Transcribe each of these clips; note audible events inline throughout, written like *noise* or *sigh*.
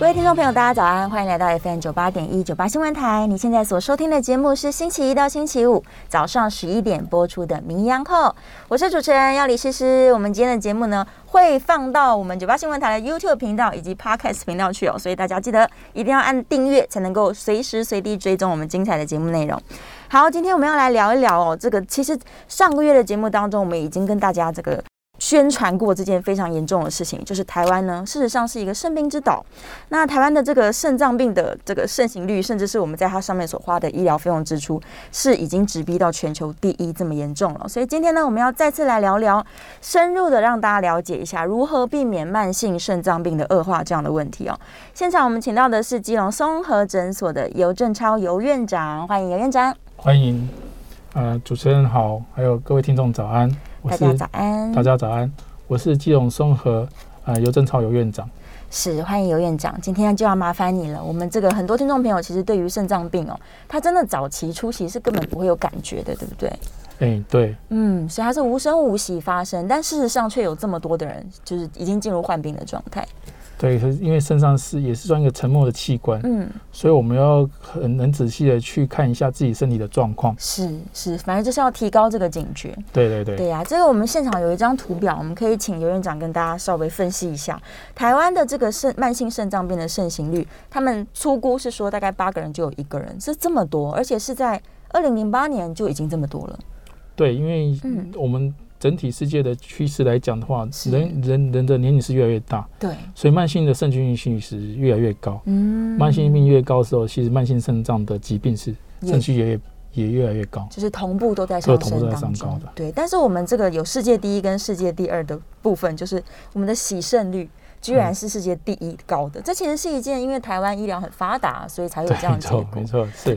各位听众朋友，大家早安，欢迎来到 FM 九八点一九八新闻台。你现在所收听的节目是星期一到星期五早上十一点播出的《名医央叩》，我是主持人要李诗诗。我们今天的节目呢，会放到我们九八新闻台的 YouTube 频道以及 Podcast 频道去哦，所以大家记得一定要按订阅，才能够随时随地追踪我们精彩的节目内容。好，今天我们要来聊一聊哦，这个其实上个月的节目当中，我们已经跟大家这个宣传过这件非常严重的事情，就是台湾呢，事实上是一个肾病之岛。那台湾的这个肾脏病的这个盛行率，甚至是我们在它上面所花的医疗费用支出，是已经直逼到全球第一这么严重了。所以今天呢，我们要再次来聊聊，深入的让大家了解一下如何避免慢性肾脏病的恶化这样的问题哦。现场我们请到的是基隆松和诊所的尤正超尤院长，欢迎尤院长。欢迎，呃，主持人好，还有各位听众早安，我大是家早安，大家早安，我是基隆松和呃尤正超尤院长。是欢迎尤院长，今天就要麻烦你了。我们这个很多听众朋友其实对于肾脏病哦，他真的早期初期是根本不会有感觉的，对不对？哎，对，嗯，所以它是无声无息发生，但事实上却有这么多的人就是已经进入患病的状态。对，是因为肾脏是也是算一个沉默的器官，嗯，所以我们要很很仔细的去看一下自己身体的状况。是是，反正就是要提高这个警觉。对对对，对呀、这个我们现场有一张图表，我们可以请尤院长跟大家稍微分析一下台湾的这个肾慢性肾脏病的盛行率。他们粗估是说大概八个人就有一个人，是这么多，而且是在二零零八年就已经这么多了。对，因为嗯我们整体世界的趋势来讲的话，是人人人的年龄是越来越大，对，所以慢性的肾菌性是越来越高。嗯慢性病越高的时候，其实慢性肾脏的疾病是也肾虚也也越来越高。就是同步都在上对同步升都当在上中高的。对，但是我们这个有世界第一跟世界第二的部分，就是我们的洗肾率居嗯然是世界第一高的，这其实是一件因为台湾医疗很发达，所以才有对，这样没的结果错，。没错， *laughs* 是。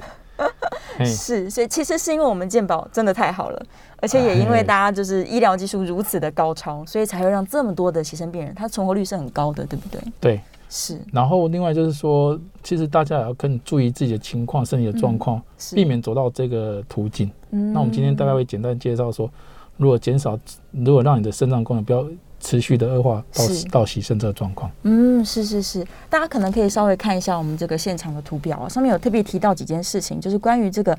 嘿，是，所以其实是因为我们健保真的太好了，而且也因为哎大家就是医疗技术如此的高超，所以才会让这么多的洗肾病人，他存活率是很高的，对不对？对。是然后另外就是说，其实大家也要更注意自己的情况、身体的状况，嗯是。避免走到这个途径。嗯那我们今天大概会简单介绍说，如果减少，如果让你的肾脏功能不要持续的恶化到是到洗肾这个状况。嗯，是是是，大家可能可以稍微看一下我们这个现场的图表啊，上面有特别提到几件事情，就是关于这个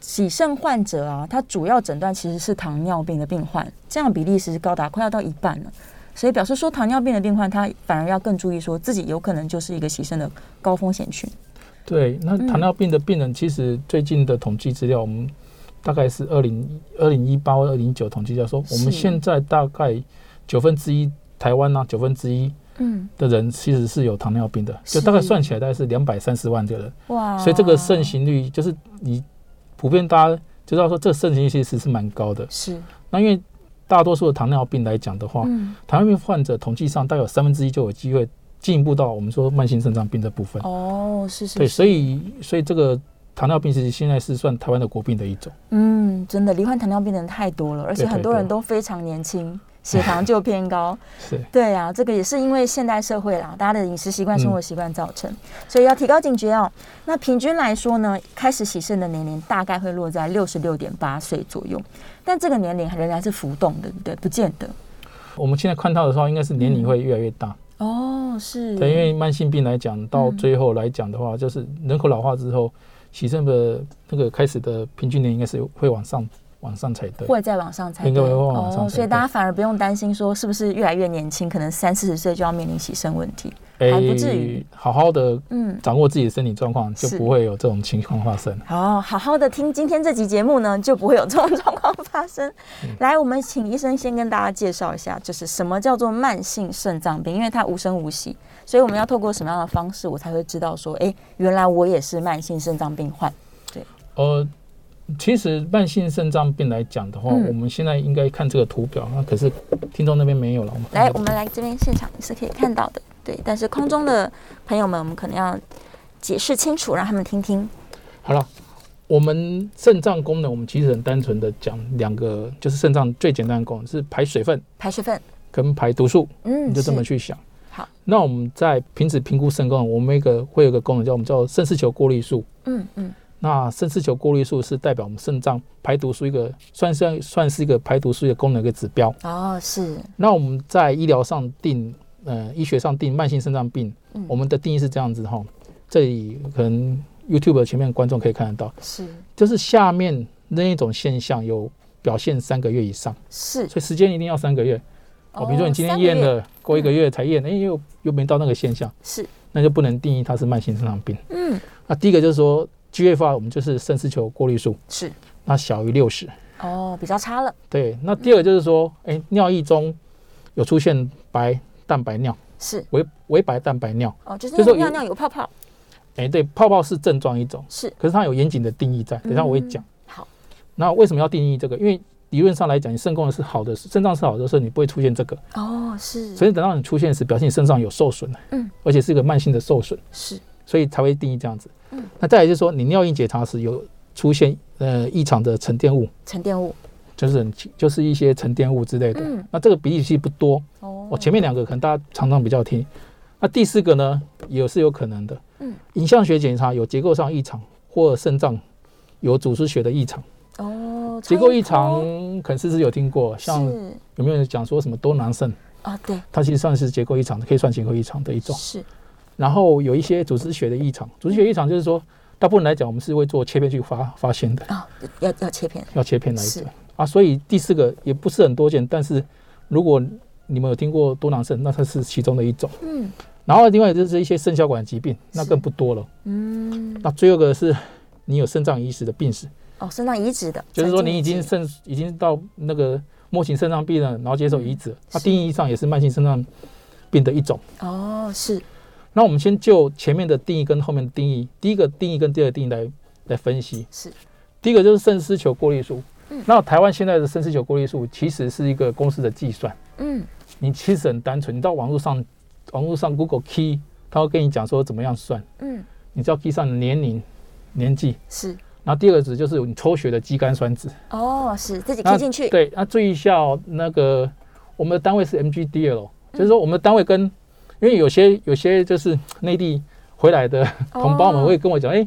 洗肾患者啊，他主要诊断其实是糖尿病的病患，这样比例其实高达快要到一半了。所以表示说，糖尿病的病患他反而要更注意，说自己有可能就是一个洗肾的高风险群。对，那嗯糖尿病的病人，其实最近的统计资料，我们大概是二零二零一八、二零一九统计资料说，我是们现在大概九分之一台湾啊呢，九分之一嗯，的人其实是有糖尿病的，是哦就大概算起来大概是两百三十万个人，哇，所以这个盛行率就是你普遍大家知道说这个盛行率其实是蛮高的。是，那因为大多数的糖尿病来讲的话，嗯，糖尿病患者统计上大概有三分之一就有机会进一步到我们说慢性肾脏病的部分。哦，是是，对，是所以所以这个糖尿病其实现在是算台湾的国病的一种。嗯，真的，罹患糖尿病的人太多了，而且对对很多人对都非常年轻，血糖就偏高。是，对啊，这个也是因为现代社会啦，大家的饮食嗯习惯、生活习惯造成，所以要提高警觉哦。那平均来说呢，开始洗肾的年龄大概会落在六十六点八岁左右，但这个年龄仍然是浮动的，对不对？不见得。我们现在看到的话，应该是年龄会越来越大。哦，是，对，因为慢性病来讲，到嗯最后来讲的话，就是人口老化之后，洗肾的那个开始的平均年龄应该是会往上往上才对。会再往上才应该对会往上才哦，所以对大家反而不用担心说是不是越来越年轻，可能三四十岁就要面临洗肾问题。还不至于诶好好的嗯，掌握自己的身体状况，就是不会有这种情况发生。好好好的听今天这集节目呢，就不会有这种状况发生。嗯来，我们请医生先跟大家介绍一下，就是什么叫做慢性肾脏病，因为它无声无息，所以我们要透过什么样的方式，我才会知道说，诶，原来我也是慢性肾脏病患。嗯呃，其实慢性肾脏病来讲的话，嗯我们现在应该看这个图表，那可是听众那边没有了。我们看来，这我个们来这边现场是可以看到的，对。但是空中的朋友们，我们可能要解释清楚，让他们听听。好了，我们肾脏功能，我们其实很单纯的讲两个，就是肾脏最简单的功能是排水分排水分，跟排毒素，嗯，你就这么是去想。好，那我们在平时评估肾功能，我们有一个会有一个功能叫我们叫肾丝球过滤素。嗯嗯，那肾丝球过滤素是代表我们肾脏排毒出一个算是算是一个排毒出一个功能的指标。哦，是那我们在医疗上定，呃，医学上定慢性肾脏病，嗯我们的定义是这样子哈。这里可能 YouTube 前面的观众可以看得到，是就是下面那一种现象有表现三个月以上，是所以时间一定要三个月。哦，比如说你今天验了，过一个月才验，哎，又又没到那个现象，是，那就不能定义它是慢性肾脏病。嗯，那第一个就是说 GFR，我们就是肾丝球过滤数，是那小于六十。哦，比较差了，对，那第二个就是说，哎、尿液中有出现白蛋白尿，是微微白蛋白尿，哦，就是就那是个有尿尿有泡泡，哎、对，泡泡是症状一种，是可是它有严谨的定义在，等一下我会讲。嗯好，那为什么要定义这个？因为理论上来讲，你肾功能是好的，肾脏是好的时候，你不会出现这个。哦，是所以等到你出现时，表现你肾脏有受损，嗯，而且是一个慢性的受损，是所以才会定义这样子。嗯，那再来就是说，你尿液检查时有出现呃异常的沉淀物，沉淀物，就是很就是一些沉淀物之类的。嗯，那这个比例其实不多，哦，我前面两个可能大家常常比较听，那第四个呢也是有可能的。嗯，影像学检查有结构上异常或肾脏有组织学的异常。哦，结构异超常音可能是不是有听过，波像是有没有人讲说什么多囊肾，啊，对，它其实算是结构异常，可以算结构异常的一种。是然后有一些组织学的异常，组织学异常就是说，大部分来讲我们是会做切片去发发现的，啊，要要切片，要切片来是做啊。所以第四个也不是很多见，但是如果你们有听过多囊肾，那它是其中的一种。嗯然后另外就是一些肾小管疾病，那是更不多了。嗯，那最后一个是你有肾脏移植的病史，哦，肾脏移植的，就是说你已曾经移植肾已经到那个末期肾脏病了，然后接受移植，嗯它是定义上也是慢性肾脏病的一种。哦，是那我们先就前面的定义跟后面的定义，第一个定义跟第二个定义来来分析。是第一个就是肾丝球过滤数嗯，那台湾现在的肾丝球过滤数其实是一个公式的计算，嗯你其实很单纯，你到网络上网络上 Google Key，它会跟你讲说怎么样算，嗯你只要 key 上你的年龄、年纪，是然后第二个值就是你抽血的肌酐酸酯，哦，是自己那贴进去，对，那注意一下哦，那个我们的单位是 mgdl，就是哦嗯说我们的单位跟，因为有些有些就是内地回来的哦同胞们会跟我讲，哎、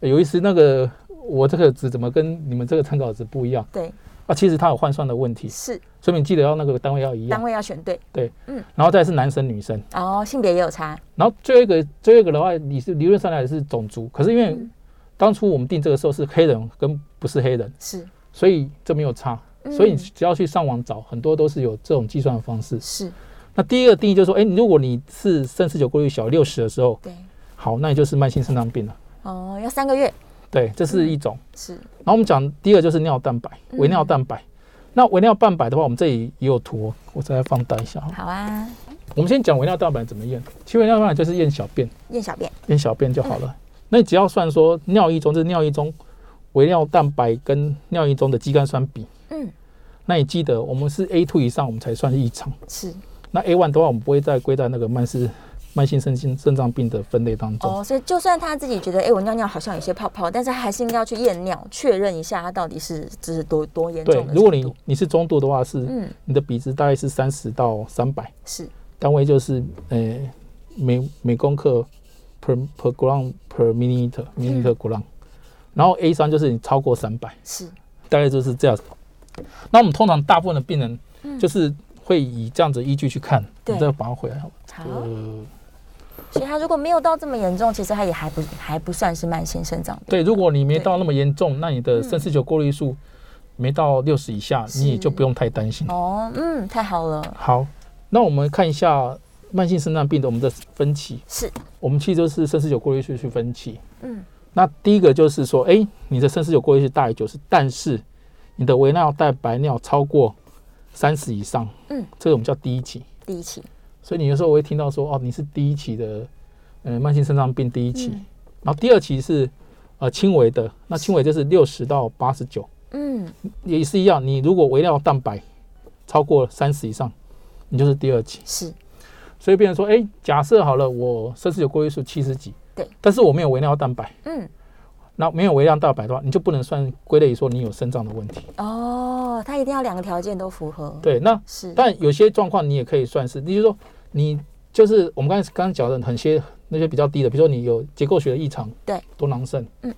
有一次那个我这个值怎么跟你们这个参考值不一样对，啊？其实它有换算的问题，是所以你记得要那个单位要一单样，位要选对，然后再是男生女生，哦，性别也有差，然后最后一个最后一个的话，你是理论上来是种族，可是因为嗯当初我们定这个时候是黑人跟不是黑人，是所以这没有差。嗯所以你只要去上网找，很多都是有这种计算的方式。是，那第一个定义就是说，哎、如果你是三四九过滤小于六十的时候，对，好，那你就是慢性肾脏病了。哦，要三个月，对，这嗯是一种。是然后我们讲第二个就是尿蛋白，嗯微尿蛋白。那微尿蛋白的话，我们这里也有图、哦，我再放大一下哈。好啊，我们先讲微尿蛋白怎么验。其实微尿蛋白就是验小便，验小便，验小便就好嗯了。那你只要算说尿液中，就是尿液中微尿蛋白跟尿液中的肌酐酸比，嗯，那你记得我们是 A two 以上，我们才算是异常。是那 A one 的话，我们不会再归在那个慢性慢性肾性肾脏病的分类当中。哦，所以就算他自己觉得，哎，我尿尿好像有些泡泡，但是还是应该要去验尿，确认一下他到底是这是多多严对重，的如果程你度你是中度的话，是嗯你的比值大概是三十到三百，是单位就是呃每每公克 per per gram per minute minute gram，、然后 A 三就是你超过三百，是大概就是这样。那我们通常大部分的病人就是会以这样子依据去看，对你再把它回来好了。好，呃，所以他如果没有到这么严重，其实他也还不还不算是慢性肾脏病，对，如果你没对到那么严重，那你的嗯三四九过滤数没到六十以下，你也是就不用太担心。哦，嗯，太好了，好，那我们看一下慢性肾脏病的我们的分期，是，我们其实就是三四九过滤数去分期。嗯，那第一个就是说，哎、你的三四九过滤数大于九十，但是你的微尿蛋白尿超过三十以上，嗯，这个我们叫第一期。第一期所以你有时候我会听到说，哦，你是第一期的，呃，慢性肾脏病第一期，嗯然后第二期是呃轻微的，那轻微就是六十到八十九，嗯，也是一样，你如果微量蛋白超过三十以上，你就是第二期。是所以变成说，哎、假设好了，我三十九过滤数七十几，对，但是我没有微量蛋白，嗯，那没有微量蛋白的话，你就不能算归类说你有肾脏的问题。哦，他一定要两个条件都符合，对，那是，但有些状况你也可以算是，例如说你就是我们刚才刚刚讲的很些那些比较低的，比如说你有结构学的异常，对，多囊肾，嗯，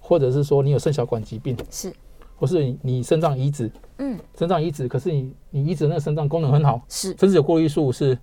或者是说你有肾小管疾病，是，或是你你肾脏移植，嗯，肾脏移植，可是你你移植的那个肾脏功能很好，是，分子有过滤数是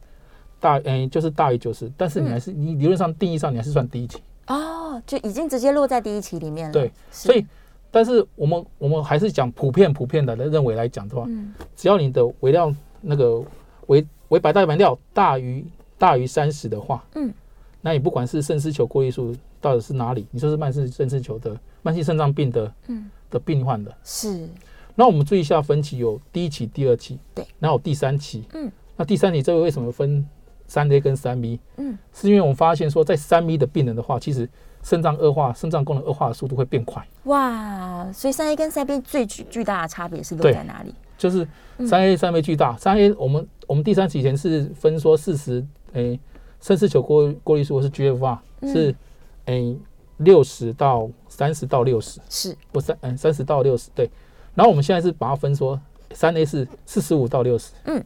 大，嗯、就是大于九十，但嗯是你还是、你理论上定义上你还是算第一期，哦，就已经直接落在第一期里面了。对，是，所以。但是我们我们还是讲普遍普遍的来认为来讲的话，嗯，只要你的微量那个微微白蛋白量大于大于三十的话，嗯，那你不管是肾丝球过滤素到底是哪里，你就是慢性肾丝球的慢性肾脏病的，嗯，的病患的。是，那我们注意一下分期有第一期、第二期，对，然后有第三期，嗯，那第三期这个为什么分三 A 跟三 B？嗯，是因为我们发现说，在三 B 的病人的话，其实肾脏恶化、肾脏功能恶化的速度会变快。哇，所以三 A 跟三 B 最巨巨大的差别是落对在哪里？就是嗯三 A 三倍巨大，三 A 我们我们第三期以前是分说四十诶，甚至球过过滤数是 GFR、嗯是诶六十到三十到六十是，或三嗯三十到六十对，然后我们现在是把它分说三 A 是四十五到六十，嗯，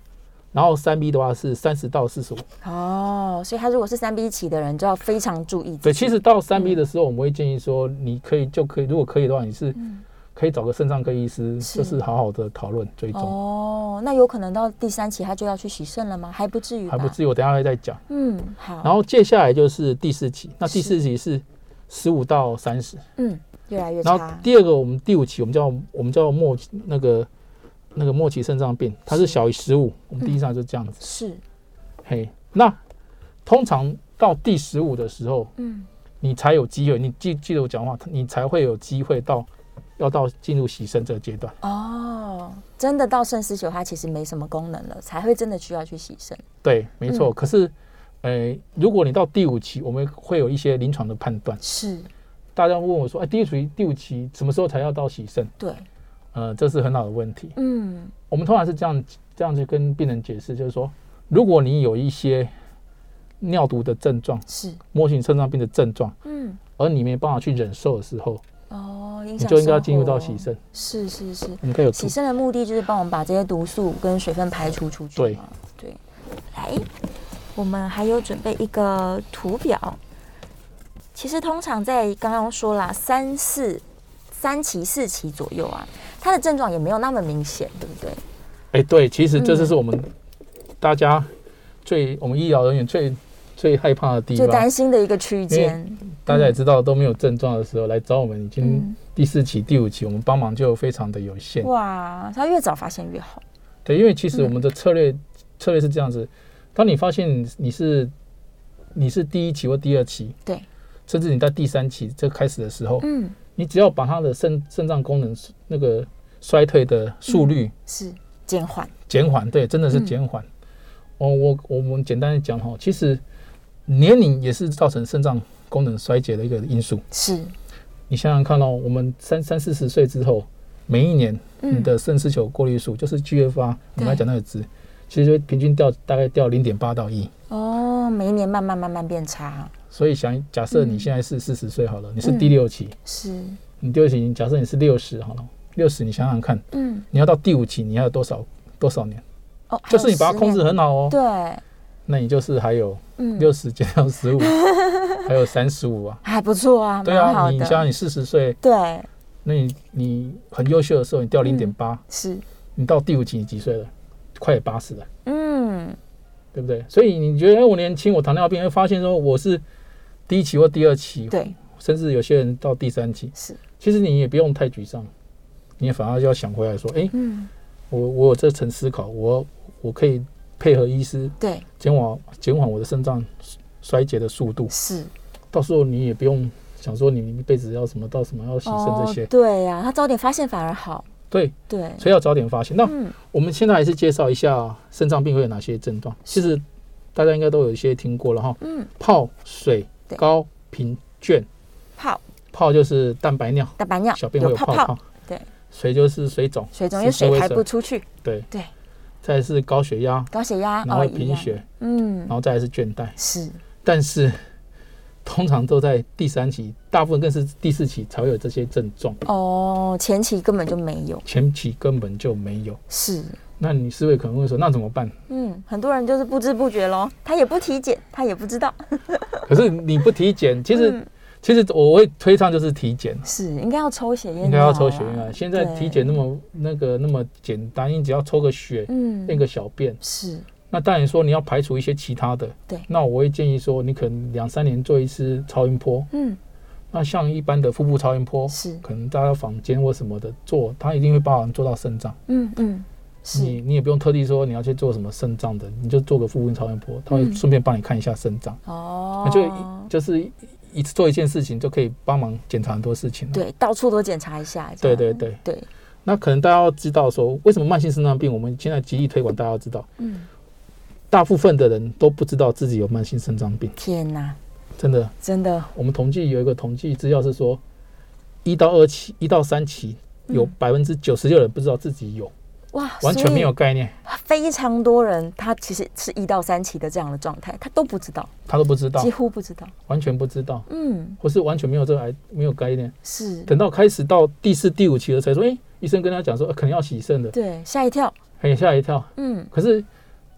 然后三 B 的话是三十到四十五，哦，所以他如果是三 B 起的人，就要非常注意自己。对，其实到三 B 的时候，我们会建议说你可以就可以，如果可以的话，你是可以找个肾脏科医师，嗯是就是好好的讨论追踪，哦，那有可能到第三期他就要去洗肾了吗？还不至于，还不。至于，我等一下会再讲。嗯，好。然后接下来就是第四期，那第是四期是十五到三十，嗯，越来越然后差。第二个我们第五期我们叫我们叫末期那个那个末期肾脏病，它是小于十五，我们第一上就这样子。是，嗯嘿，那通常到第十五的时候，嗯，你才有机会，你记记得我讲话，你才会有机会到要到进入洗肾这个阶段。哦，真的到肾丝球它其实没什么功能了，才会真的需要去洗肾。对，没错。嗯可是，呃，如果你到第五期，我们会有一些临床的判断。是，大家问我说，哎，第一期、第五期什么时候才要到洗肾？对，呃，这是很好的问题。嗯，我们通常是这样这样去跟病人解释，就是说，如果你有一些尿毒的症状、是，末型肾脏病的症状，嗯，而你没办法去忍受的时候，哦，影你响就应该生进入到活洗。肾。是是是，我们可以有洗注肾的目的就是帮我们把这些毒素跟水分排除出去。对对，来，我们还有准备一个图表。其实通常在刚刚说啦，三四三期四期左右啊，它的症状也没有那么明显，对不对？哎，对，其实这嗯就是我们大家最我们医疗人员最最害怕的地最方担。心的一个区间，大家也知道，都没有症状的时候来找我们，已经嗯第四期、第五期，我们帮忙就非常的有限。哇，它越早发现越好。对，因为其实嗯我们的策略、策略是这样子：当你发现你是你是第一期或第二期，对，甚至你在第三期这开始的时候，嗯，你只要把它的肾肾脏功能那个衰退的速率是减缓，减缓，对，真的是嗯减缓。哦，我我们简单的讲哈，其实年龄也是造成肾脏功能衰竭的一个因素。是，你想想看哦，我们三三四十岁之后，每一年你嗯，的肾丝球过滤数，就是 GFR，我们来对讲那个值，其实就平均掉大概掉零点八到一。哦，每一年慢慢慢慢变差，所以想假设你嗯现在是四十岁好了，你是嗯第六期，是，你第六期，你假设你是六十好了，六十你想想看，嗯，你要到第五期，你要有多少多少年？哦，还就有是你把它十控制年，很好哦，对，那你就是还有嗯，六十减 *laughs* 到十五，还有三十五啊。还不错啊，对蛮啊，好你想想的，你四十岁，对，那你你很优秀的时候，你嗯掉零点八，是，你到第五期你几岁了？快八十了。嗯，对不对？所以你觉得，哎，我年轻，我糖尿病，会发现说我是第一期或第二期，对，甚至有些人到第三期，是，其实你也不用太沮丧，你也反而要想回来说，哎，嗯，我我有这层思考，我我可以配合医师对，减缓减缓我的肾脏衰竭的速度，是，到时候你也不用想说你一辈子要什么到什么要牺牲这些，哦对呀，他早点发现反而好，对，对，所以要早点发现。那嗯，我们现在还是介绍一下肾脏病会有哪些症状，其实大家应该都有一些听过了哈。嗯，泡、水、对高、平、倦。泡泡就是蛋白尿，大白尿小便会啊有有泡泡泡泡。。对，水就是水肿，水肿，因是为水微排肿不出去，对对，再来是高血压，高血压然哦后一贫样，血，嗯然，后再来是倦怠。是，但是通常都在第三期，大部分更是第四期才会有这些症状，哦，前期根本就没有，前期根本就没有。是，那你思维可能会说，那怎么办？嗯，很多人就是不知不觉咯，他也不体检，他也不知道。可是你不体检，其实嗯其实我会推倡就是体检，是应该要抽血验，应该要抽血验啊。现在对体检那么那个那么简单，你只要抽个血，嗯验个小便。是那当然说你要排除一些其他的，对那我会建议说，你可能两三年做一次超音波。嗯那像一般的腹部超音波，是可能大家房间或什么的做，它一定会帮我们做到肾脏。嗯嗯是你你也不用特地说你要去做什么肾脏的，你就做个腹部超音波，它会嗯顺便帮你看一下肾脏。哦那，就就是一一次做一件事情就可以帮忙检查很多事情了。对到处都检查一下，这对样对对，对，那可能大家要知道说，为什么慢性肾脏病，我们现在极力推广，大家要知道，嗯，大部分的人都不知道自己有慢性肾脏病，天哪，真的。真的我们统计有一个统计资料是说，一到二期、一到三期，有嗯百分之九十六人不知道自己有，哇，完全所以没有概念，非常多人，他其实是一到三期的这样的状态，他都不知道，他都不知道几，乎不知道。完全不知道，嗯，或是完全没有这个癌没有概念。是，等到开始到第四、第五期了，才说，哎、医生跟他讲说，呃可能要洗肾的，对，吓一跳。哎，吓一跳。嗯可是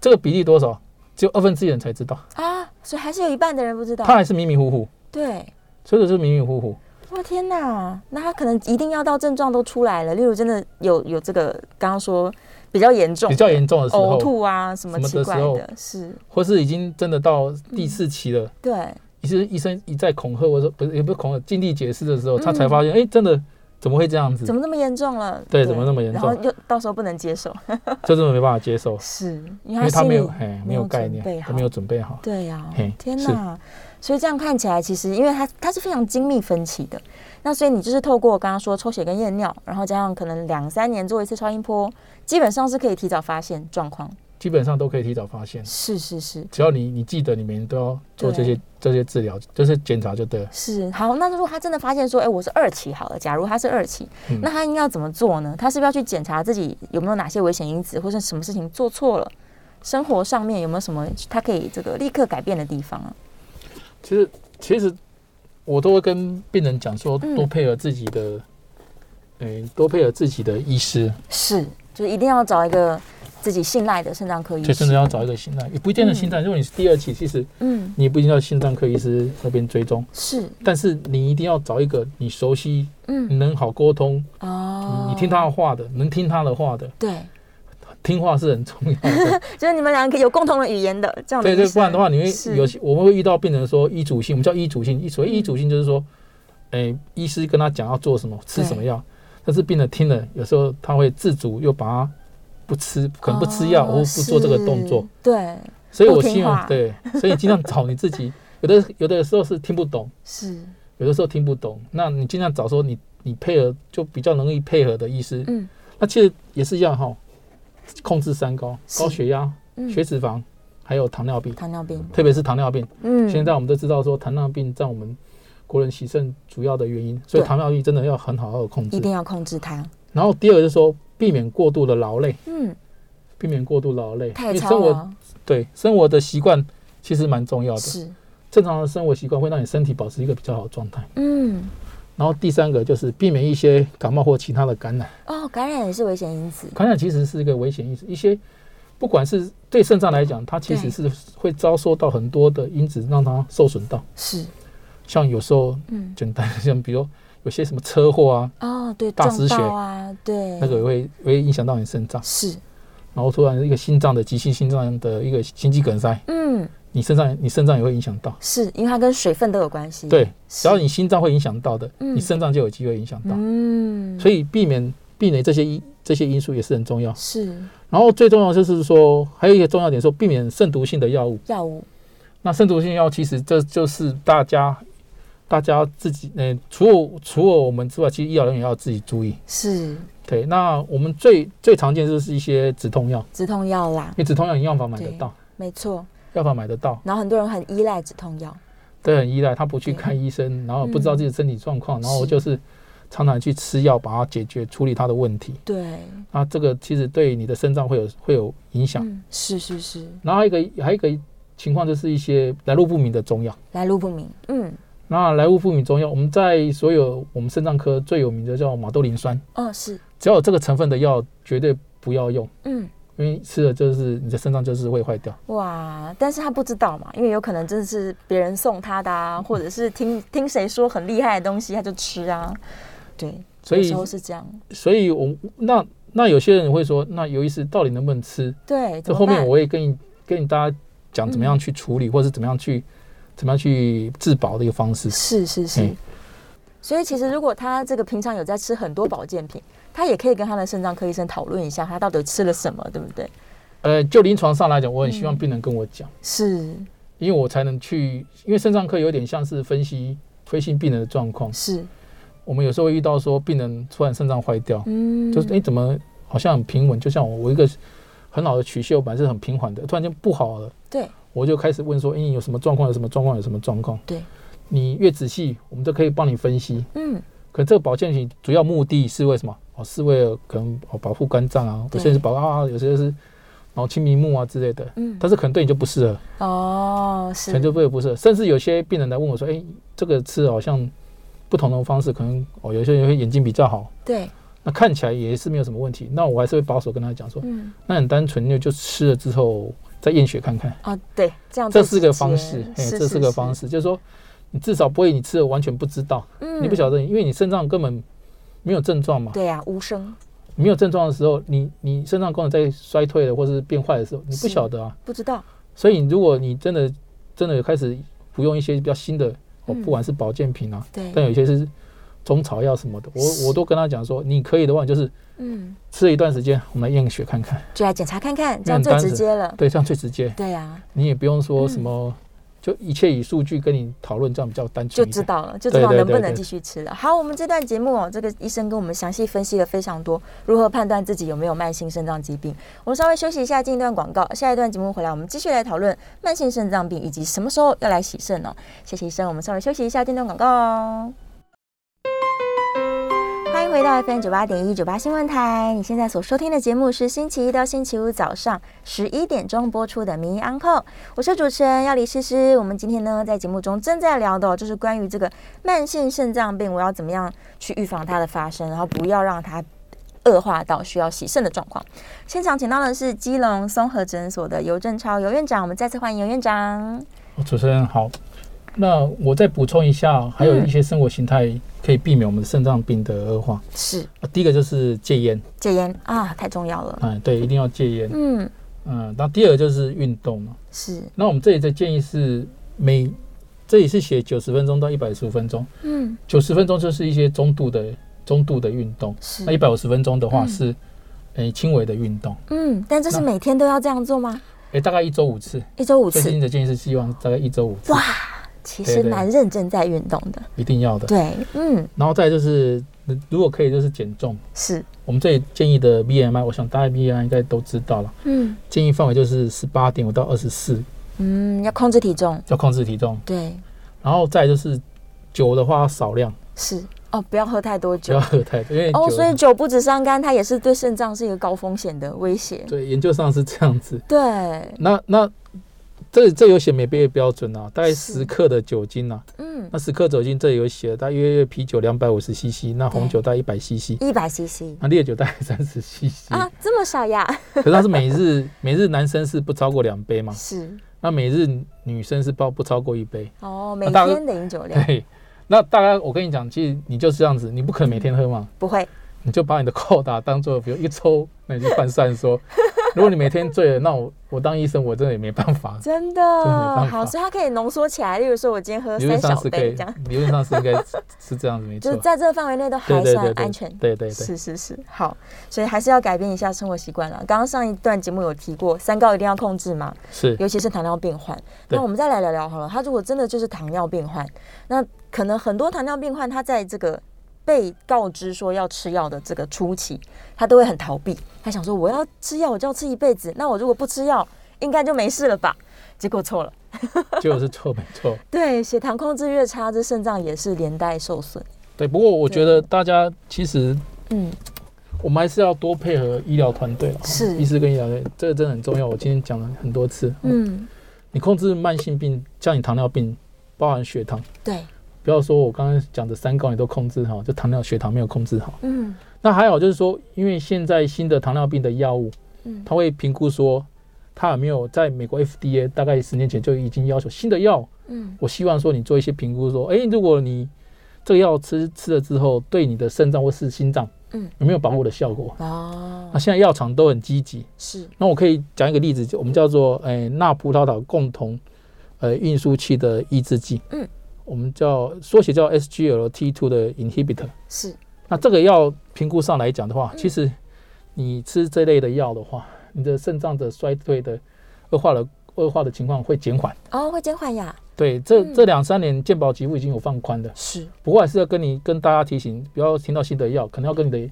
这个比例多少？只有二分之一人才知道，啊，所以还是有一半的人不知道他。还是迷迷糊糊，对，所以是迷迷糊糊。哇天哪，那他可能一定要到症状都出来了，例如真的有有这个刚刚说比较严重比，较严重的时呕候，吐啊什么什么奇的怪时候的，是或是已经真的到第四期了，对，医生医生一再恐吓，我说不是也不是恐吓，尽力解释的时候，嗯他才发现，哎、真的怎么会这样子怎？么那么严重了？嗯对怎么那么严然重后又到时候不能接受，这真的没办法接受，是因因为为他他心没有里哎没没有有概准备念，好他没有准备好。对呀、嘿天是哪！所以这样看起来，其实因为它它是非常精密分期的，那所以你就是透过我刚刚说抽血跟验尿，然后加上可能两三年做一次超音波，基本上是可以提早发现状况。基本上都可以提早发现，是是是只要你你记得你每天都要做对这些这些治疗，这些检查就对了。是，好，那如果他真的发现说，哎、我是二期好了，假如他是二期，嗯那他应该要怎么做呢？他是不是要去检查自己有没有哪些危险因子，或是什么事情做错了？生活上面有没有什么他可以这个立刻改变的地方啊？其实其实我都会跟病人讲说，嗯多配合自己的，嗯、多配合自己的医师，是，就是一定要找一个自己信赖的肾脏科医就师真的。要找一个心脏，也不一定的心脏。如果你是第二期，其实嗯，你也不一定要心脏科医师那边追踪，是，但是你一定要找一个你熟悉、嗯，能好沟通、哦，你听他的话的，能听他 *laughs* 的话的，对，听话是很重要的。就是你们两个有共同的语言的这样的对医生，对，不然的话，你是会有些我们会遇到病人说医嘱性，我们叫医嘱性。医所谓嗯医嘱性就是说，哎，医师跟他讲要做什么、吃对什么药，但是病人听了，有时候他会自主又把它不吃，可能不吃药或哦不做这个动作是。对，所以我不听希望话对，所以尽量找你自己。有的有的时候是听不懂，是，有的时候听不懂，那你尽量找说你你配合就比较容易配合的医师。嗯那其实也是一样哈，控制三高：是高血压、嗯，血脂肪，还有糖尿病。糖尿病，特别是糖尿病，嗯，现在我们都知道说糖尿病占我们国人洗肾主要的原因，所以对糖尿病真的要很好好的控嗯一制定。要控制它，然后第二个就是说避免过度的劳累，嗯，避免过度劳累，因太为超生活了，对生活的习惯其实蛮重要的。是，正常的生活习惯会让你身体保持一个比较好的状态。嗯，然后第三个就是避免一些感冒或其他的感染，哦，感染也是危险因子，感染其实是一个危险因子，一些不管是对肾脏来讲，它其实是会遭受到很多的因子让它受损到，是，像有时候嗯，简单像比如有些什么车祸啊，哦，对，大撞失血到啊，对，那个也会也会影响到你肾脏，是，然后突然一个心脏的急性心脏的一个心肌梗塞，嗯，你肾脏你肾脏也会影响到，是因为它跟水分都有关系，，对，只只要你，心脏会影响到的，嗯你肾脏就有机会影响到。嗯，所以以避免避免这些因这些因素也是很重要。是然后最重要就是说，还有一个重要点说，避免肾毒性的药物。药物，那肾毒性药其实这就是大家大家自己，呃，除了除了我们之外，其实医疗人员也要自己注意。是对，那我们最最常见就是一些止痛药，止痛药啦因，为止痛药你药房买得到，没错。药房买得到，然后很多人很依赖止痛药，都很依赖，他不去对看医生，然后不知道自己的身体状况，然后是就是常常去吃药把它解决处理他的问题。对，那这个其实对你的肾脏会有会有影响。嗯，是是是，然后还有一个还有一个情况就是一些来路不明的中药。来路不明，嗯，那来路不明中药，我们在所有我们肾脏科最有名的叫马兜铃酸，哦是，只要有这个成分的药，绝对不要用。嗯，因为吃了就是你的肾脏就是会坏掉。哇！但是他不知道嘛，因为有可能真的是别人送他的啊，嗯或者是听听谁说很厉害的东西他就吃啊，对，所以有时候是这样，所以我那那有些人会说，那尤医师到底能不能吃？对，这这后面我会跟你跟你大家讲怎么样去处理，或是怎么样去怎么样去自保的一个方式。是是是。嗯所以其实如果他这个平常有在吃很多保健品，他也可以跟他的肾脏科医生讨论一下，他到底吃了什么，对不对？呃，就临床上来讲，我很希望病人跟我讲，是因为我才能去，因为肾脏科有点像是分析推行病人的状况。是，我们有时候会遇到说病人突然肾脏坏掉，嗯，就是哎、诶怎么好像很平稳，就像我我一个很好的曲线，我本来是很平缓的，突然间不好了，对我就开始问说，哎、你有什么状况？有什么状况？有什么状况？对，你越仔细，我们都可以帮你分析。嗯，可这个保健品主要目的是为什么？哦，是为了可能哦保护肝脏啊，有对些是保啊，有些是然后清明目啊之类的。嗯但是可能对你就不适合，哦，可是能就对不适合。甚至有些病人来问我说：“哎，这个吃好像不同的方式，可能哦，有些人会眼睛比较好，对，那看起来也是没有什么问题。”那我还是会保守跟他讲说嗯，：“那很单纯，就就吃了之后再验血看看，哦，对，这样这最是个直方接式，哎，这是个方，式，就是说你至少不会你吃了完全不知道，嗯你不晓得，因为你肾脏根本没有症状嘛。”对啊，无声没有症状的时候，你你肾脏功能在衰退了或是变坏的时候，你不是晓得啊。不知道，所以如果你真的真的有开始服用一些比较新的，哦，嗯不管是保健品啊，对，但有些是中草药什么的，我我都跟他讲说，你可以的话你就是嗯，吃了一段时间，我们来验血看看，就来检查看看，这样很最单直纯接了，对，这样最直接，对啊，你也不用说什嗯么，就一切以数据跟你讨论，这样比较单就纯一知点。道了，就知对道对能不对能对继续吃了。好，我们这段节目哦，这个医生跟我们详细分析了非常多如何判断自己有没有慢性肾脏疾病。我们稍微休息一下，进一段广告，下一段节目回来，我们继续来讨论慢性肾脏病以及什么时候要来洗肾哦。谢谢医生，我们稍微休息一下，进一段广告哦。欢迎回到 FM 九八点一九八新闻台，你现在所收听的节目是星期一到星期五早上十一点钟播出的《名医 Uncle》，我是主持人要李诗诗。我们今天呢，在节目中正在聊的哦、就是关于这个慢性肾脏病，我要怎么样去预防它的发生，然后不要让它恶化到需要洗肾的状况。现场请到的是基隆综合诊所的尤正超尤院长，我们再次欢迎尤院长。哦主持人好，那我再补充一下，哦还有嗯一些生活形态可以避免我们肾脏病的恶化。是啊第一个就是戒烟，戒烟啊，太重要了。嗯，对，一定要戒烟。嗯，嗯，那第二个就是运动嘛。是，那我们这里的建议是每，这里是写九十分钟到一百十五分钟，嗯，九十分钟就是一些中度的中度的运动，是那，一百五十分钟的话嗯是，诶、轻微的运动，嗯，但这是那每天都要这样做吗？诶、大概一周五次。一周五最次新？的建议是希望大概一周五次，哇，其实对对蛮认真在运动的。一定要的。对，嗯，然后再来就是，如果可以就是减重。是，我们这里建议的 BMI，我想大家 BMI 应该都知道了，嗯建议范围就是十八点五到二十四，嗯，要控制体重。要控制体重。对，然后再来就是酒的话少量，是哦，不要喝太多不酒要。喝太多，因为哦，酒所以酒不止伤肝，它也是对肾脏是一个高风险的威胁。对研究上是这样子。对，那那这这有写每杯的标准啊，大概是十克的酒精啊，嗯，那十克酒精这里有写，大约啤酒两百五十 CC，那红酒大概一百 CC，一百 CC 那烈酒大概三十 CC。啊，这么少呀？ *laughs* 可是它是每日每日男生是不超过两杯嘛，是那每日女生是不不超过一杯。哦，每大概天的饮酒量啊对，那大家我跟你讲，其实你就是这样子，你不可能每天喝嘛。不会你就把你的扣打当做，比如一周，那你就换 *laughs* 算说，如果你每天醉了，那我我当医生我真的也没办法，真真的没的办法好，所以它可以浓缩起来。例如说，我今天喝理论三上小是可以杯这样，，理论上是应该是是这样子没就错是，在这个范围内都对还对算对对安全。对对对，是是是，好，所以还是要改变一下生活习惯了。刚刚上一段节目有提过，三高一定要控制嘛，是尤其是糖尿病患。对那我们再来聊聊好了，他如果真的就是糖尿病患，那可能很多糖尿病患他在这个被告知说要吃药的这个初期，他都会很逃避，他想说我要吃药，我就要吃一辈子，那我如果不吃药，应该就没事了吧？结果错了，就是错没错，对，血糖控制越差，这肾脏也是连带受损。对。不过我觉得大家其实嗯，我们还是要多配合医疗团队了，是医师跟医疗团队，这个真的很重要。我今天讲了很多次，嗯，你控制慢性病，像你糖尿病，包含血糖，对，不要说我刚刚讲的三高你都控制好，就糖尿血糖没有控制好。嗯那还好，就是说，因为现在新的糖尿病的药物，嗯他会评估说他有没有在美国 FDA 大概十年前就已经要求新的药，嗯我希望说你做一些评估，说，哎、如果你这个药吃吃了之后，对你的肾脏或是心脏，嗯，有没有保护的效果？哦那、，现在药厂都很积极。是那我可以讲一个例子，就我们叫做诶钠、葡萄糖共同呃运输器的抑制剂，嗯，我们叫缩写叫 SGLT2 的 inhibitor。是，那这个药评估上来讲的话，嗯其实你吃这类的药的话，你的肾脏的衰退的恶化的恶化的情况会减缓。哦，会减缓呀，对，这嗯这两三年健保给付已经有放宽的，是，不过还是要跟你跟大家提醒，不要听到新的药，可能要跟你的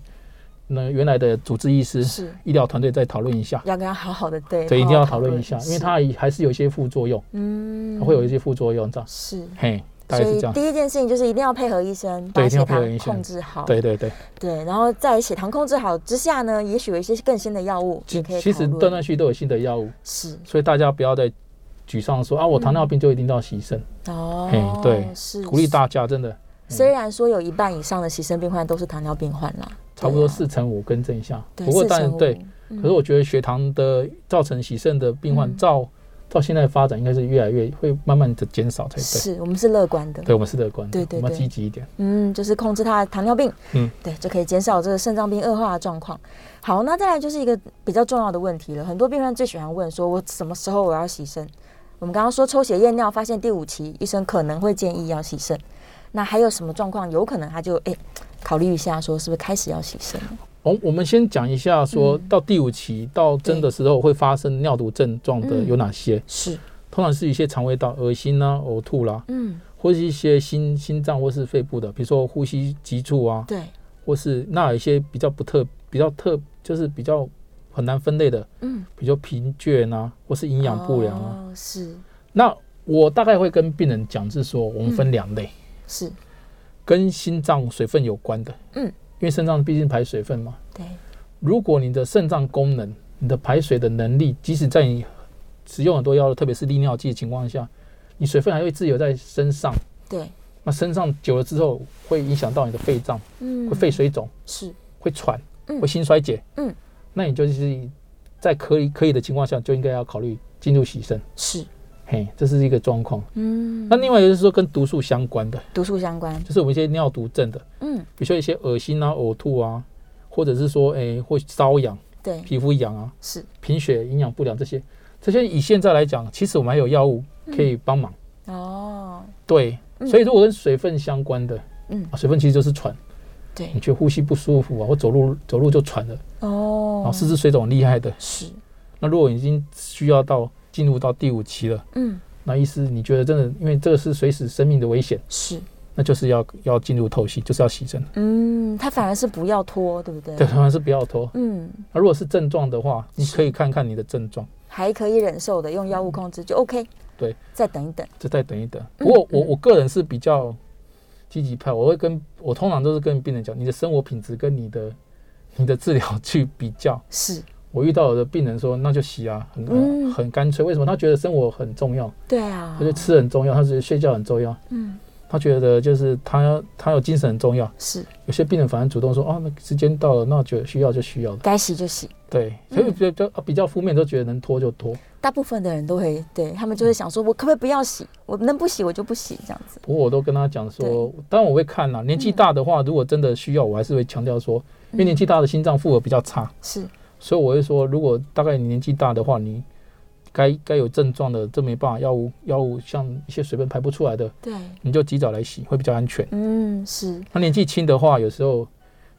那原来的主治医师、是医疗团队再讨论一下。要跟他好好的对，对，一好定要好讨论一下，因为是它还是有一些副作用，嗯它会有一些副作用，这样，是。嘿，大所概是以这样。第一件事情就是一定要配合医生，对把一定血要配合糖医生控制好。对对对，对，然后在血糖控制好之下呢，也许有一些更新的药物其也可以其实讨论断断续续都有新的药物，是所以大家不要再沮丧说啊，我嗯糖尿病就一定要牺牲，哦，嘿对是鼓励。大家真的是虽然说有一半以上的牺牲病患都是糖尿病患啦，差不多对啊四成五更正一下。对不过当然4.5对，嗯可是我觉得血糖的造成洗肾的病患嗯照到现在的发展应该是越来越会慢慢的减少才对。是我们是乐观的，对，我们是乐观的，对对我们对要积极一点。嗯，就是控制他的糖尿病，嗯，对，就可以减少这个肾脏病恶化的状况。好，那再来就是一个比较重要的问题了，很多病人最喜欢问说，我什么时候我要洗肾？我们刚刚说抽血验尿发现第五期，医生可能会建议要洗肾。那还有什么状况有可能他就哎、考虑一下，说是不是开始要洗肾了？我我们先讲一下，说嗯到第五期到真的时候会发生尿毒症状的嗯有哪些？是，通常是一些肠胃道恶心啦、呕吐啦，嗯，或是一些心心脏或是肺部的，比如说呼吸急促啊，对，或是那有一些比较不特、比较特，就是比较很难分类的，嗯，比较疲倦啊，或是营养不良啊。哦，是那我大概会跟病人讲，是说我们分两嗯类，是，跟心脏水分有关的，嗯因为肾脏毕竟排水分嘛。对，如果你的肾脏功能、你的排水的能力，即使在你使用很多药，特别是利尿剂的情况下，你水分还会滞留在身上。对，那身上久了之后，会影响到你的肺脏，嗯会肺水肿，是，会喘，嗯会心衰竭。嗯，那你就是在可以可以的情况下，就应该要考虑进入洗肾。是，嘿，这是一个状况。嗯，那另外就是说跟毒素相关的，毒素相关，就是我们一些尿毒症的，嗯，比如说一些恶心啊、呕吐啊，或者是说诶、会瘙痒、对，皮肤痒啊、是，贫血、营养不良这些，这些以现在来讲，其实我们还有药物可以帮忙。哦，对，嗯所以如果跟水分相关的，嗯啊，水分其实就是喘，对你，觉得呼吸不舒服啊，或走路走路就喘了，哦然，后四肢水肿很厉害的，是，那如果已经需要到进入到第五期了，嗯，那医师你觉得真的，因为这个是随时生命的危险，是，那就是要要进入透析，就是要洗肾。嗯，他反而是不要拖，对不对？对，当然是不要拖。嗯，那如果是症状的话，你可以看看你的症状，还可以忍受的，用药物控制就 OK。对，再等一等。就再等一等。不过我嗯我个人是比较积极派，我会跟我通常都是跟病人讲，你的生活品质跟你的你的治疗去比较。是，我遇到有的病人说，那就洗啊，很、嗯很干脆。为什么？他觉得生活很重要，对啊他觉，得吃很重要，他觉得睡觉很重要，嗯，他觉得就是他他有精神很重要。是，有些病人反而主动说，啊，那时间到了，那就需要就需要了。该洗就洗。对，所以比较比较负面都觉得能拖就拖。大部分的人都会，对他们就会想说，我可不可以不要洗？我能不洗我就不洗，这样子。不过我都跟他讲说，当然我会看啦。年纪大的话，如果真的需要，我还是会强调说，因嗯为年纪大的心脏负荷比较差，是，所以我会说，如果大概你年纪大的话，你该该有症状的，这没办法，药物药物像一些水分排不出来的，对，你就及早来洗会比较安全。嗯，是，那年纪轻的话，有时候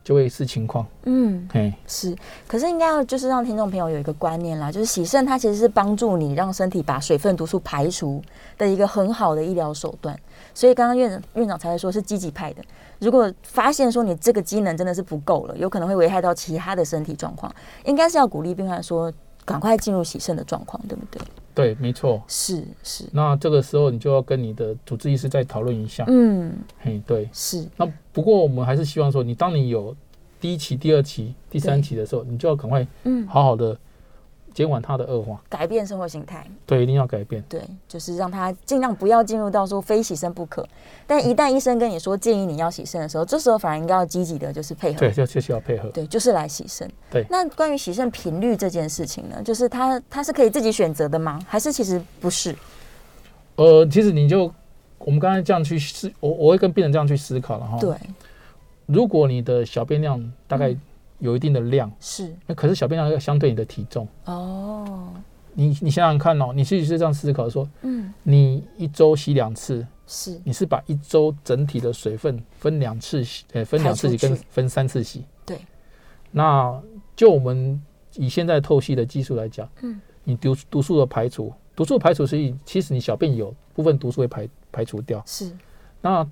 就会视情况，嗯，嘿，是。可是应该要就是让听众朋友有一个观念啦，就是洗肾它其实是帮助你让身体把水分毒素排除的一个很好的医疗手段。所以刚刚院长院长才会说是积极派的。如果发现说你这个机能真的是不够了，有可能会危害到其他的身体状况，应该是要鼓励病患说赶快进入洗肾的状况，对不对？对，没错。是是，那这个时候你就要跟你的主治医师再讨论一下，嗯，嘿，对。是那不过我们还是希望说，你当你有第一期、第二期、第三期的时候，你就要赶快嗯好好的减缓它的恶化。改变生活形态，对，一定要改变。对，就是让他尽量不要进入到说非洗肾不可。但一旦医生跟你说建议你要洗肾的时候，这时候反而应该要积极的，就是配合。对，就就需要配合。对，就是来洗肾。对那关于洗肾频率这件事情呢，就是他他是可以自己选择的吗？还是其实不是？呃，其实你就我们刚才这样去思，我我会跟病人这样去思考了哈。对，如果你的小便量大概有一定的量，是那可是小便量要相对你的体重，哦，你你想想看哦，你其实是这样思考说，嗯，你一周洗两次，是你是把一周整体的水分分两次洗，呃，分两次洗排出跟去分三次洗。对。那就我们以现在透析的技术来讲，嗯，你毒毒素的排除，毒素排除是以其实你小便有部分毒素会排排除掉，是，那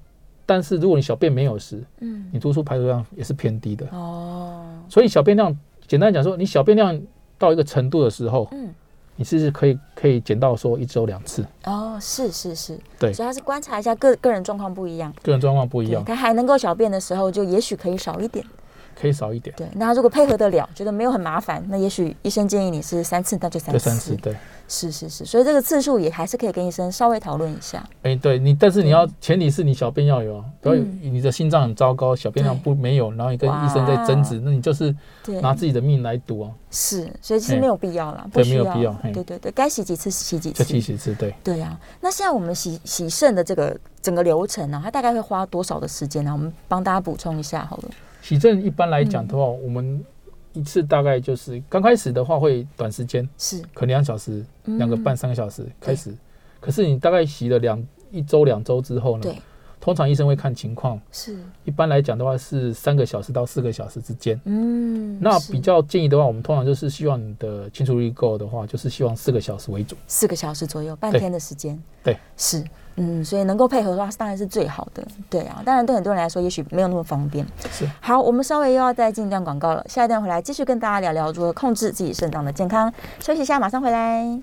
但是如果你小便没有时，嗯，你毒素排除量也是偏低的。哦，所以小便量，简单讲说，你小便量到一个程度的时候，嗯，你是可以可以减到说一周两次，哦，是是是，对所以他是观察一下个个人状况不一样，个人状况不不一样，他还能够小便的时候，就也许可以少一点。可以少一点，对，那他如果配合得了，觉得没有很麻烦，那也许医生建议你是三次，那就三对，次。三次，对。是是是，所以这个次数也还是可以跟医生稍微讨论一下。哎、对你，但是你嗯要前提是你小便要有啊，不要有你的心脏很糟糕，小便量不没有，然后你跟医生在争执，那你就是对，拿自己的命来赌啊，是，所以其实嘿没有必要啦，不对需没有要必要嘿对对对，该洗几次洗几就次。七十次，对，对啊，那现在我们洗洗肾的这个整个流程呢、啊它大概会花多少的时间呢、我们帮大家补充一下好了。洗症一般来讲的话，我们一次大概就是刚开始的话会短时间，是可能两小时、嗯两个半、三个小时开始，可是你大概洗了两一周、两周之后呢对，通常医生会看情况，是，一般来讲的话是三个小时到四个小时之间。嗯，那是比较建议的话，我们通常就是希望你的清除力够的话，就是希望四个小时为主。四个小时左右，半对天的时间。对，是，嗯，所以能够配合的话，当然是最好的。对啊，当然对很多人来说，也许没有那么方便。是好，我们稍微又要再进一段广告了，下一段回来继续跟大家聊聊如何控制自己肾脏的健康。休息一下，马上回来。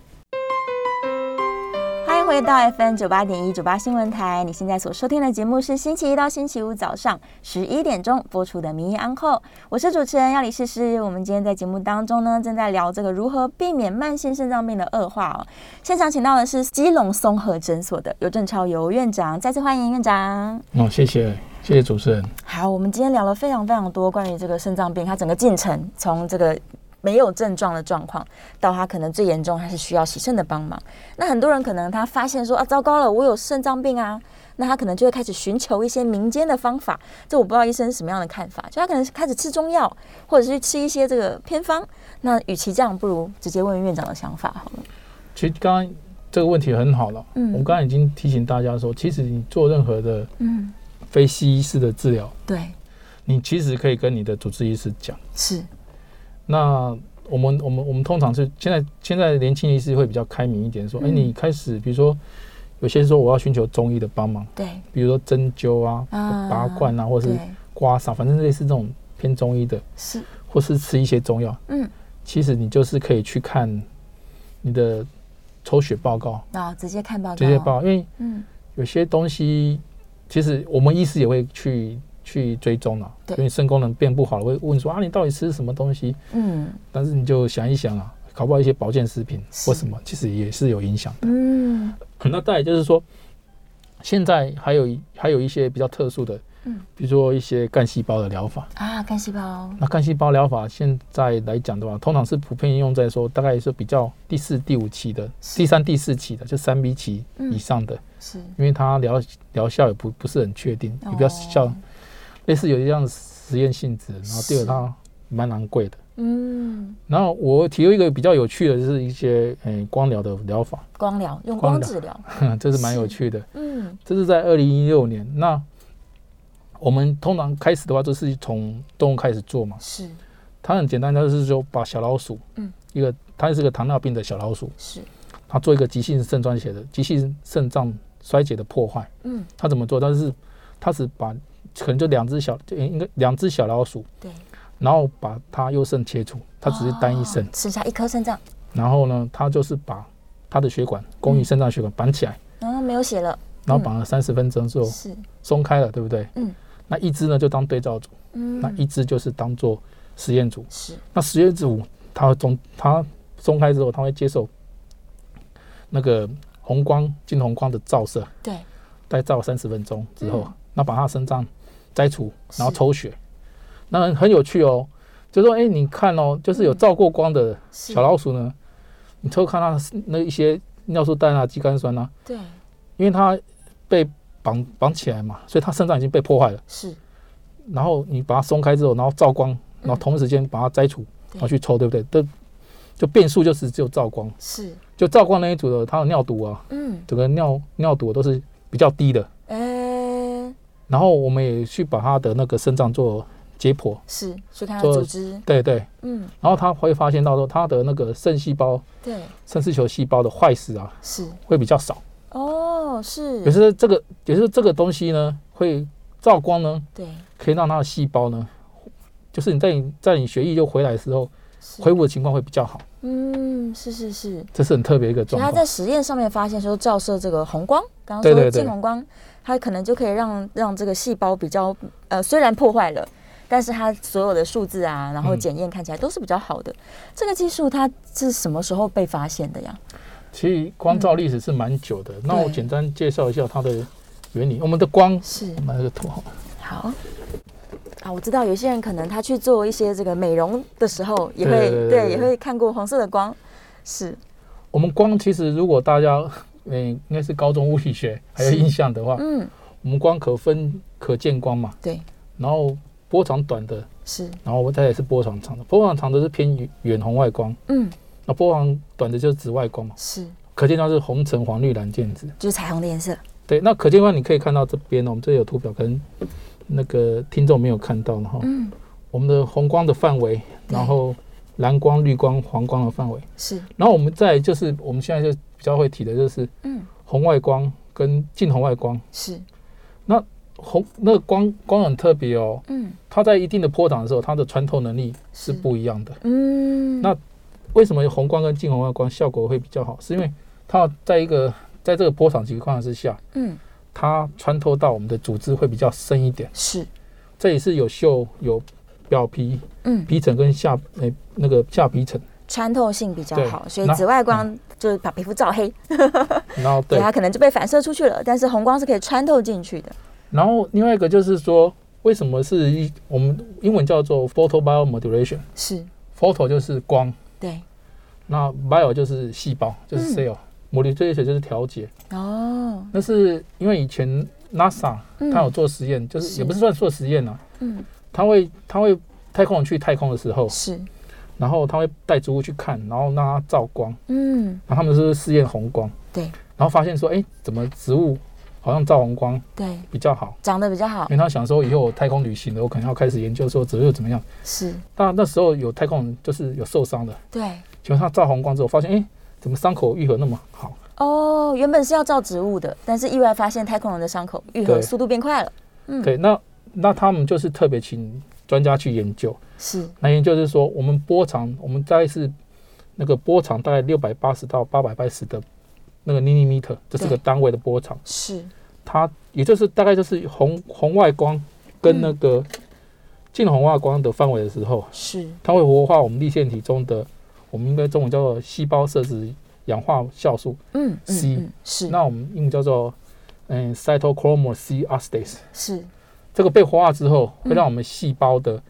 欢迎回到 FM 九八点一九八新闻台，你现在所收听的节目是星期一到星期五早上十一点钟播出的《名医安后》，我是主持人要李诗诗。我们今天在节目当中呢，正在聊这个如何避免慢性肾脏病的恶化哦。现场请到的是基隆综合诊所的尤正超尤院长，再次欢迎院长。哦，谢谢，谢谢主持人。好，我们今天聊了非常非常多关于这个肾脏病，它整个进程从这个没有症状的状况，到它可能最严重，它是需要洗肾的帮忙。那很多人可能他发现说啊，糟糕了，我有肾脏病啊，那他可能就会开始寻求一些民间的方法。这我不知道医生是什么样的看法，就他可能开始吃中药，或者是吃一些这个偏方。那与其这样，不如直接问院长的想法好了。其实刚刚这个问题很好了，嗯我们刚刚已经提醒大家说，其实你做任何的嗯，非西医式的治疗，对，你其实可以跟你的主治医师讲。是，那我们我们我们通常是现在现在年轻医师会比较开明一点，说，哎、嗯你开始比如说有些人说我要寻求中医的帮忙，对，比如说针灸啊、啊拔罐啊，或是对，刮痧，反正类似这种偏中医的，是，或是吃一些中药，嗯，其实你就是可以去看你的抽血报告，那直接看报告，这些报告，因为嗯，有些东西其实我们医师也会去去追踪啊，对因为肾功能变不好了，会问说啊你到底吃什么东西？嗯。但是你就想一想啊，搞不好一些保健食品是或什么，其实也是有影响的。嗯，那再来就是说，现在还有一还有一些比较特殊的，嗯，比如说一些干细胞的疗法。啊，干细胞那干细胞疗法现在来讲的话，通常是普遍应用在说，大概是比较第四、第五期的、是嗯第三、第四期的，就三 B 期以上的，是因为它疗疗效也不不是很确定，也比较像、哦类似有一样实验性质。然后第是二，它蛮昂贵的。嗯，然后我提供一个比较有趣的，就是一些嗯、呃光疗的疗法， *laughs* 光疗用光光疗治疗，这是蛮是有趣的。嗯，这是在二零一六年。那我们通常开始的话，就是从动物开始做嘛。是它很简单，它就是说把小老鼠，嗯，一个它是个糖尿病的小老鼠，是，它做一个急性肾衰竭的急性肾脏衰竭的破坏。嗯，它怎么做？它是它是把可能就两只小，就应该两只小老鼠，对，然后把它右肾切除，它只是单一肾，哦吃下一颗肾脏，然后呢，它就是把它的血管，供应肾脏血管绑起来，然后没有血了，然后绑了三十分钟之后是，松开了，对不对？嗯，那一只呢就当对照组，嗯那一只就是当做实验组。是那实验组它中它松开之后，它会接受那个红光近红光的照射，对，待照三十分钟之后嗯，那把它身上摘除，然后是抽血。那很有趣哦，就说哎，你看哦，就是有照过光的嗯是小老鼠呢，你抽看它那一些尿素氮啊、肌酐酸啊，对，因为它被绑绑起来嘛，所以它肾脏已经被破坏了。是然后你把它松开之后，然后照嗯光，然后同时间把它摘除，然后去抽，对不对？这就变数就是只有照光，是，就照光那一组的，它的尿毒啊，嗯，整个尿尿毒都是比较低的。呃，然后我们也去把它的那个肾脏做解剖，是去看它做组织，对对，嗯，然后他会发现到说，它的那个肾细胞、对，肾丝球细胞的坏死啊，是，会比较少。哦，是也，是这个，也就是这个东西呢，会照光呢，对，可以让它的细胞呢，就是你在你在你血液就回来的时候，是恢，复的情况会比较好，嗯，是是是，这是很特别一个所以状他在。况实验上面发现说，照射这个红光，刚刚对说对对近红光，它可能就可以让让这个细胞比较呃，虽然破坏了。但是它所有的数字啊，然后嗯检验看起来都是比较好的。这个技术它是什么时候被发现的呀？其实光照历史是蛮久的，那嗯我对简单介绍一下它的原理。我们的光，是我们那个图好了，好啊，我知道有些人可能他去做一些这个美容的时候，也会对对对对也会看过红色的光，是我们光其实如果大家 *laughs* 嗯、应该是高中物理学还有是印象的话，嗯我们光可分可见光嘛，对然后波长短的，是然后它也是波长长的，波长长的是偏远远红外光，嗯那波长短的就是紫外光嘛，是，可见光是红橙黄绿蓝靛紫。就是彩虹的颜色，对，那可见光你可以看到这边呢，我们这里有图表，可能那个听众没有看到哈，嗯我们的红光的范围，然后蓝光、绿光、黄光的范围，是然后我们再来就是我们现在就比较会提的就是嗯红外光跟近红外光，是红那个光光很特别哦，嗯它在一定的波长的时候，它的穿透能力是不一样的。嗯那为什么红光跟近红外光效果会比较好？是因为它在一个在这个波长情况之下，嗯它穿透到我们的组织会比较深一点。是这也是有嗅有表皮、嗯皮层跟下诶、那个下皮层，穿透性比较对好，所以那紫外光就是把皮肤照黑，然后对对，它可能就被反射出去了，但是红光是可以穿透进去的，然后另外一个就是说，为什么是一我们英文叫做 photo biomodulation。是 photo 就是光，对那 bio 就是细胞，就是嗯 cell，modulation 就是调节。哦那是因为以前 NASA 嗯它有做实验，就是是也不是算做实验啊，嗯它会它会太空人去太空的时候，是然后它会带植物去看，然后让它照光，嗯然后他们是试验红光，对然后发现说，哎，怎么植物好像照红光对比较好？长得比较好因为他想说，以后我太空旅行了，我可能要开始研究说植物怎么样。是但那时候有太空人就是有受伤的，对。结果他照红光之后发现，哎，怎么伤口愈合那么好？哦，原本是要照植物的，但是意外发现太空人的伤口愈合对速度变快了。嗯对，那那他们就是特别请专家去研究。是那也就是说，我们波长，我们大概是那个波长大概六百八十到八百八十的那个 nanometer，这是对个单位的波长。是，它也就是大概就是红红外光嗯跟那个近红外光的范围的时候，是，它会活化我们立腺体中的，我们应该中文叫做细胞色质氧化酵素，嗯，嗯 C 嗯是，那我们英文叫做嗯 cytochrome C oxidase。是这个被活化之后，嗯会让我们细胞的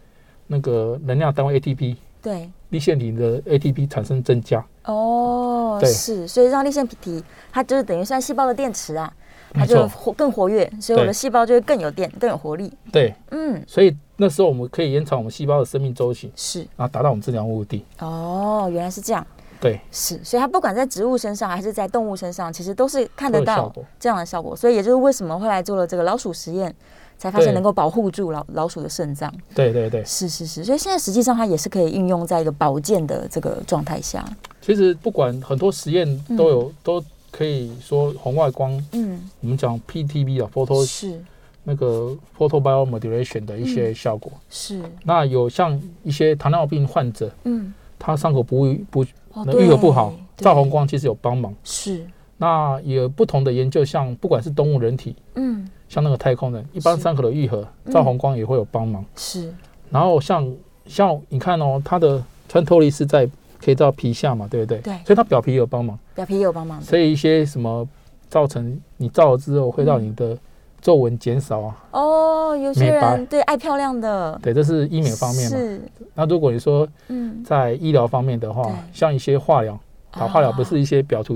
那个能量单位 ATP。对，立腺体的 ATP 产生增加，哦，对是，所以让立腺体它就是等于算细胞的电池啊，它没就错，活更活跃，所以我的对细胞就会更有电，更有活力。对，嗯，所以那时候我们可以延长我们细胞的生命周期，是，然后达到我们治疗目的。哦，原来是这样。对，是，所以它不管在植物身上还是在动物身上，其实都是看得都有效到果这样的效果。所以也就是为什么后来做了这个老鼠实验，才发现对能够保护住老老鼠的肾脏。对对对，是是是，所以现在实际上它也是可以运用在一个保健的这个状态下。其实不管很多实验都有，都可以说红外光，嗯，我们讲 PTB 啊，photo 是那个 photo biomodulation 的一些效果。是，那有像一些糖尿病患者，嗯，他伤口不不哦那愈合不好，对照红光其实有帮忙。是，那也有不同的研究，像不管是动物、人体，嗯，像那个太空人，一般是伤口的愈合，嗯照红光也会有帮忙。是然后像像你看哦，它的穿透力是在可以到皮下嘛，对不对？对所以它表皮也有帮忙，表皮也有帮忙的所以一些什么造成你照了之后会让你嗯的皱纹减少啊，哦。有些美白人对爱漂亮的，对，这是医美方面嘛。是，那如果你说嗯，在医疗方面的对啊话，像一些化疗，打化疗不是一些表图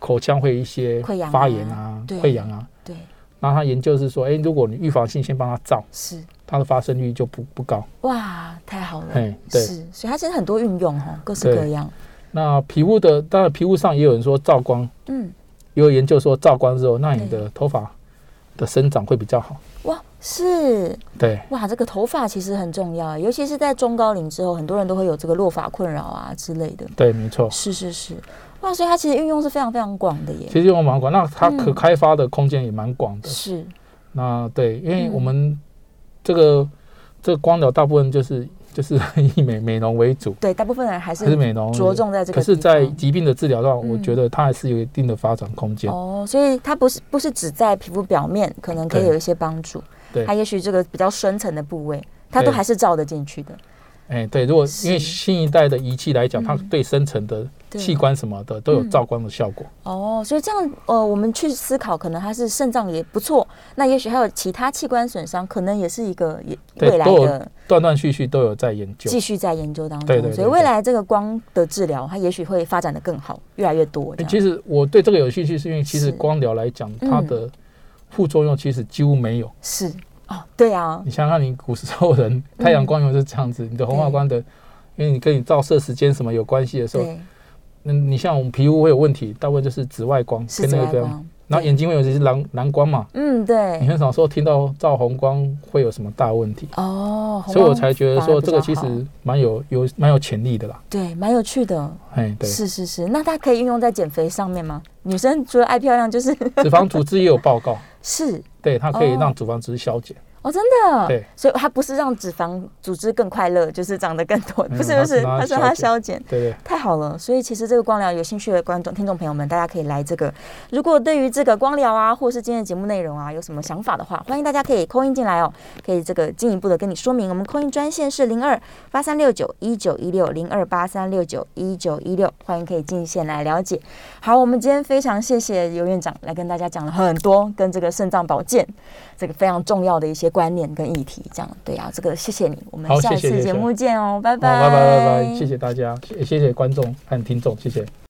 口腔会一些溃疡啊发炎啊对、溃疡啊，对，那他研究是说，哎，如果你预防性先帮他照，是，它的发生率就不不高。哇，太好了，嘿，对。是，所以它其实很多运用哈，各式各对样，那皮肤的，当然皮肤上也有人说照光，嗯，也有研究说照光之后，那你的头发的生长会比较好。哇，是，对，哇，这个头发其实很重要，啊尤其是在中高龄之后，很多人都会有这个落发困扰啊之类的。对，没错。是是是，哇，所以它其实运用是非常非常广的耶。其实我蛮广，那它可嗯开发的空间也蛮广的。是，那对，因为嗯我们这个这个光疗大部分就是就是 *laughs* 以美美容为主，对，大部分人还还是是美容为主着重在这个可地方。是，在疾病的治疗上，嗯我觉得它还是有一定的发展空间。哦，所以它不是不是只在皮肤表面，可能可以对有一些帮助。对它也许这个比较深层的部位，它都对还是照得进去的。哎，对，如果是因为新一代的仪器来讲，它嗯对深层的对器官什么的都有嗯照光的效果。哦，所以这样呃，我们去思考，可能它是肾脏也不错，那也许还有其他器官损伤，可能也是一个也对未来都有的断断续续都有在研究。继续在研究当中。对对对所以未来这个光的治疗，它也许会发展的更好，越来越多这欸样。其实我对这个有兴趣，是因为其是实光疗来讲，它嗯的副作用其实几乎没有。是哦，对啊，你想想，看，你古时候人太阳光又是这样子，你的红外光的，因为你跟你照射时间什么有关系的时候，对，那你像我们皮肤会有问题，大部分就是紫外光是跟紫那外个，光。然后眼睛会有这些蓝蓝光嘛，嗯，你对，很少说听到照红光会有什么大问题，哦，红所以我光才觉得反而说比这个较其好实蛮有有蛮有潜力的啦。对蛮有趣的。哎，对，是是是，那它可以运用在减肥上面吗？女生除了爱漂亮，就是 *laughs* 脂肪组织也有报告，是对它可以哦让脂肪组织消减。哦，真的。对，所以它不是让脂肪组织更快乐，就是长得更多，没有不是它不是，是嗯让它它说它消减消减。对对。太好了，所以其实这个啊光疗有兴趣的观众、听众朋友们，大家可以来这个。如果对于这个光疗啊，或是今天的节目内容啊，有什么想法的话，欢迎大家可以扣音进来哦，可以这个进一步的跟你说明。我们扣音专线是零二八三六九一九一六零二八三六九一九一六，欢迎可以进线来了解。好，我们今天非常谢谢尤院长来跟大家讲了很多跟这个肾脏保健这个非常重要的一些观念跟议题，这样对啊，这个谢谢你，我们好下一谢谢次谢谢节目见哦，拜好，拜拜拜拜，谢谢大家，也谢谢观众和听众，谢谢。